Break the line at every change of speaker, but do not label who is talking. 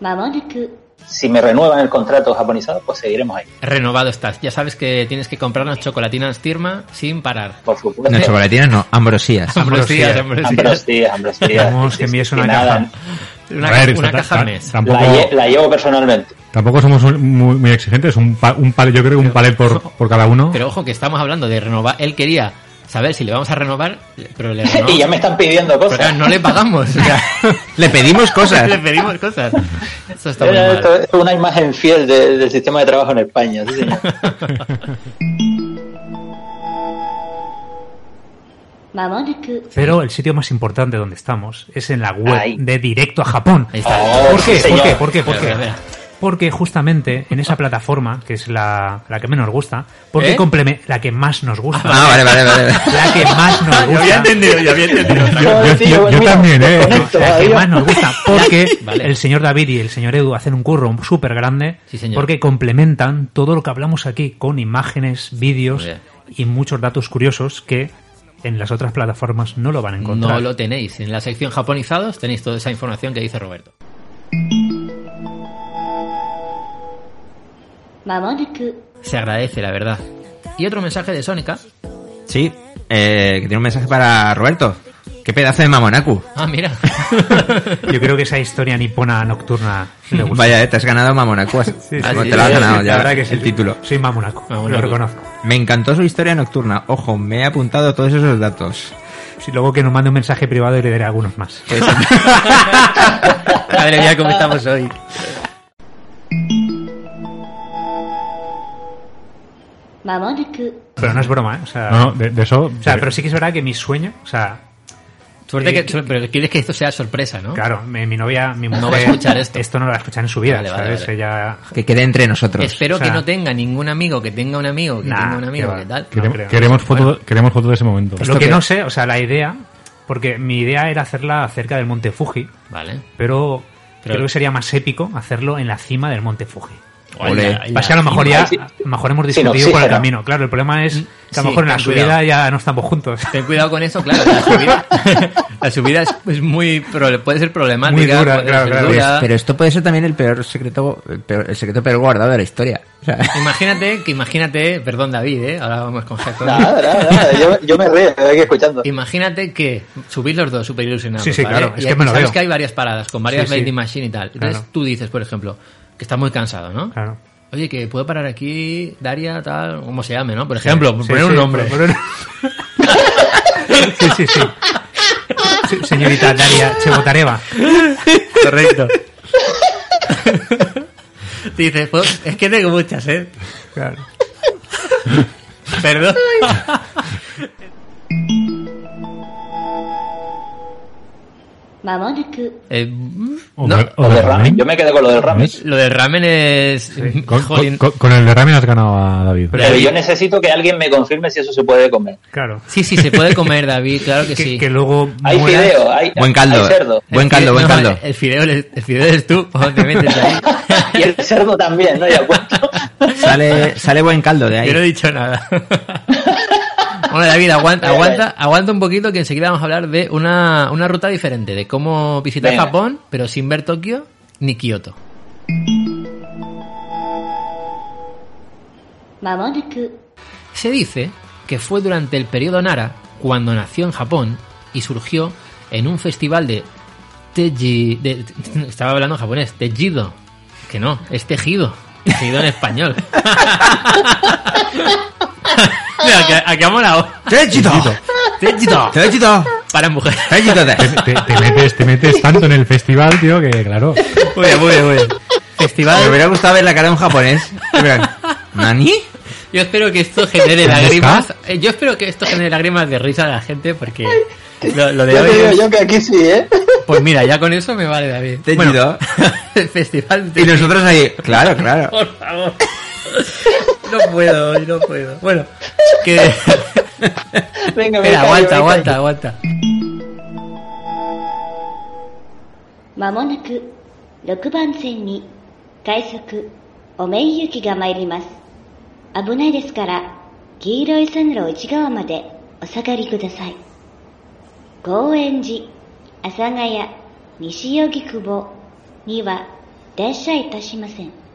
まもなく
si me renuevan el contrato japonizado, pues seguiremos ahí.
Renovado estás. Ya sabes que tienes que comprarnos chocolatinas Tirma sin parar.
Por supuesto.
No, chocolatinas no, ambrosías.
Ambrosías, ambrosías.
Ambrosías, ambrosías.
Vamos, que envíes una
Sin
caja.
nada.
Una,
A ver,
una
ta-
caja
ta-
al mes.
La,
Tampoco,
lle- la llevo personalmente.
tampoco somos un- muy, muy exigentes. Un pa- un palet, yo creo que un palet por, por cada uno.
Pero ojo que estamos hablando de renovar. Él quería saber si le vamos a renovar, pero le renovamos.
Y ya me están pidiendo
Pero claro,
cosas.
no le pagamos. o sea,
Le pedimos cosas.
le pedimos cosas. Eso está muy
Era-
mal.
Eh, esto es una imagen fiel de- del sistema de trabajo en España. sí, señor.
まもなく
Pero el sitio más importante donde estamos es en la web
Ahí.
de Directo a Japón.
Ahí está.
Oh,
¿Por
sí,
qué? ¿Por
señor.
qué? ¿Por qué? ¿Por
Mira,
qué?
mira, mira.
Porque justamente en esa plataforma, que es la, la que menos gusta, porque
¿Eh?
compleme- la que más nos gusta,
Ah, vale, vale, vale.
la que más nos
Lo había
gusta,
entendido, lo había entendido.
Yo- yo-
tío,
yo- yo
pues mira,
también, eh.
desconecto,
la que
adiós.
más nos gusta, porque
Vale.
el señor David y el señor Edu hacen un curro súper grande,
Sí, señor.
porque complementan todo lo que hablamos aquí con imágenes, vídeos
Muy bien.
y muchos datos curiosos que en las otras plataformas no lo van a encontrar.
No lo tenéis. En la sección japonizados tenéis toda esa información que dice Roberto.
まもなく
Se agradece, la verdad. Y otro mensaje de Sónica.
Sí, eh, que tiene un mensaje para Roberto. Qué pedazo de mamonaku.
Ah, mira.
Yo creo que esa historia nipona nocturna le gusta.
Vaya, eh, te has ganado mamonaku. Has-
Sí, sí,
sí,
Bueno,
Ah, pues.
te lo has
sí,
ganado
La
ya
verdad que sí.
el título.
Soy mamonaco,
Mamonaco.
lo reconozco.
Me encantó su historia nocturna. Ojo, me he apuntado todos esos datos.
Si luego que nos mande un mensaje privado y le daré algunos más.
Madre mía, cómo estamos hoy.
まもなく
Pero no es broma, ¿eh? O sea,
No, no, de, de eso.
o sea,
de-
pero sí que es verdad que mi sueño, o sea,
Suerte
Eh,
que, su- pero quieres que esto sea sorpresa, ¿no?
claro, mi, mi novia, mi
No
mujer...
va a escuchar esto.
Esto no lo va a escuchar en su vida,
Vale, vale,
¿sabes?
vale.
Ella...
Que quede entre nosotros.
Espero
o sea-
que no tenga ningún amigo que tenga un amigo que
Nah,
tenga un amigo
qué
que
va.
tal.
No
queremos-
creo.
queremos, foto, queremos foto de ese momento.
Lo que
qué?
no sé, o sea, la idea... Porque mi idea era hacerla cerca del Monte Fuji,
Vale.
pero,
Pero-
creo que sería más épico hacerlo en la cima del Monte Fuji.
Ole.
Ay, la-
Pasa que a lo mejor pues ya, a lo mejor hemos
Sin
discutido por el
oxígeno.
camino. Claro, el problema es que a
Mm, Sí,
lo mejor en la
ten
subida
cuidado.
ya no estamos juntos.
Ten cuidado con eso, claro. La subida, la subida es, es muy pro- puede ser problemática.
Muy dura,
puede
claro,
ser
claro.
Pero,
dura.
pero esto puede ser también el peor secreto, el, peor, el secreto peor guardado de la historia. O sea,
Imagínate que imagínate, perdón David, ¿eh? ahora vamos con Jacob.
Nada, nada, nada, Yo, yo me río, me voy aquí escuchando.
Imagínate que subís los dos súper ilusionados.
Sí, sí, claro, es que me lo
sabes
veo.
que hay varias paradas con varias
Sí, sí.
vending machine y tal. Entonces
Claro.
tú dices, por ejemplo, que estás muy cansado, ¿no?
Claro.
Oye, que puedo parar aquí, Daria, tal, como se llame, ¿no? Por ejemplo, por
Sí,
poner
sí,
un nombre.
por poner- sí, sí, sí. Se- Señorita Daria Chebotareva.
Correcto. Dices, pues, es que tengo muchas, ¿eh?
Claro.
Perdón.
まもなく
Eh, mm,
O
no,
de- o
Lo
de
del ramen.
ramen.
Yo me quedé con lo del ramen.
¿Ves?
lo del ramen es... eh,
Con,
Jolín.
con- con el de ramen has ganado a David.
Pero yo necesito que alguien me confirme si eso se puede comer.
Claro.
Sí, sí, se puede comer, David, claro que,
Que,
sí.
que luego
Hay
mueras.
fideo, hay,
buen caldo.
hay cerdo.
eh. Buen caldo,
No,
buen caldo.
El fideo, el, el fideo eres tú, cuando te metes ahí.
y el cerdo también, ¿no? Ya cuento.
Sale, sale buen caldo de
Yo no he
ahí.
dicho nada. Bueno, David, aguanta,
Vale,
aguanta,
vale.
aguanta un poquito que enseguida vamos a hablar de una, una ruta diferente, de cómo visitar
Venga.
Japón, pero sin ver Tokio ni Kioto.
まもなく
Se dice que fue durante el periodo Nara cuando nació en Japón y surgió en un festival de teji... de- estaba hablando en japonés, tejido. Que no, es tejido. Tejido en español. Mira, que, a que ha molado.
¡Trechito!
Tejido.
¡Trechito!
Para mujer.
¡Trechito!
Te, te- te metes, te metes tanto en el festival, tío, que claro.
Muy bien, muy bien, muy bien.
Me
Festival.
hubiera gustado ver la cara de un japonés. En plan, ¿Nani?
Yo espero que esto genere
¿Dónde
lágrimas.
está?
eh, Yo espero que esto genere lágrimas de risa de la gente porque lo, lo de
Yo
hoy.
te digo
es-
yo que aquí sí, ¿eh?
Pues mira, ya con eso me vale David.
Te he ido.
el festival de-
Y nosotros ahí. Claro, claro.
Por favor. No puedo, hoy no puedo. Bueno, que.
Venga, me callo,
Espera,
me
aguanta,
callo.
aguanta, aguanta.
まもなく6番線に快速おめい行きが参ります危ないですから黄色い線路を内側までお下がりください高円寺阿佐ヶ谷西荻窪には列車いたしません。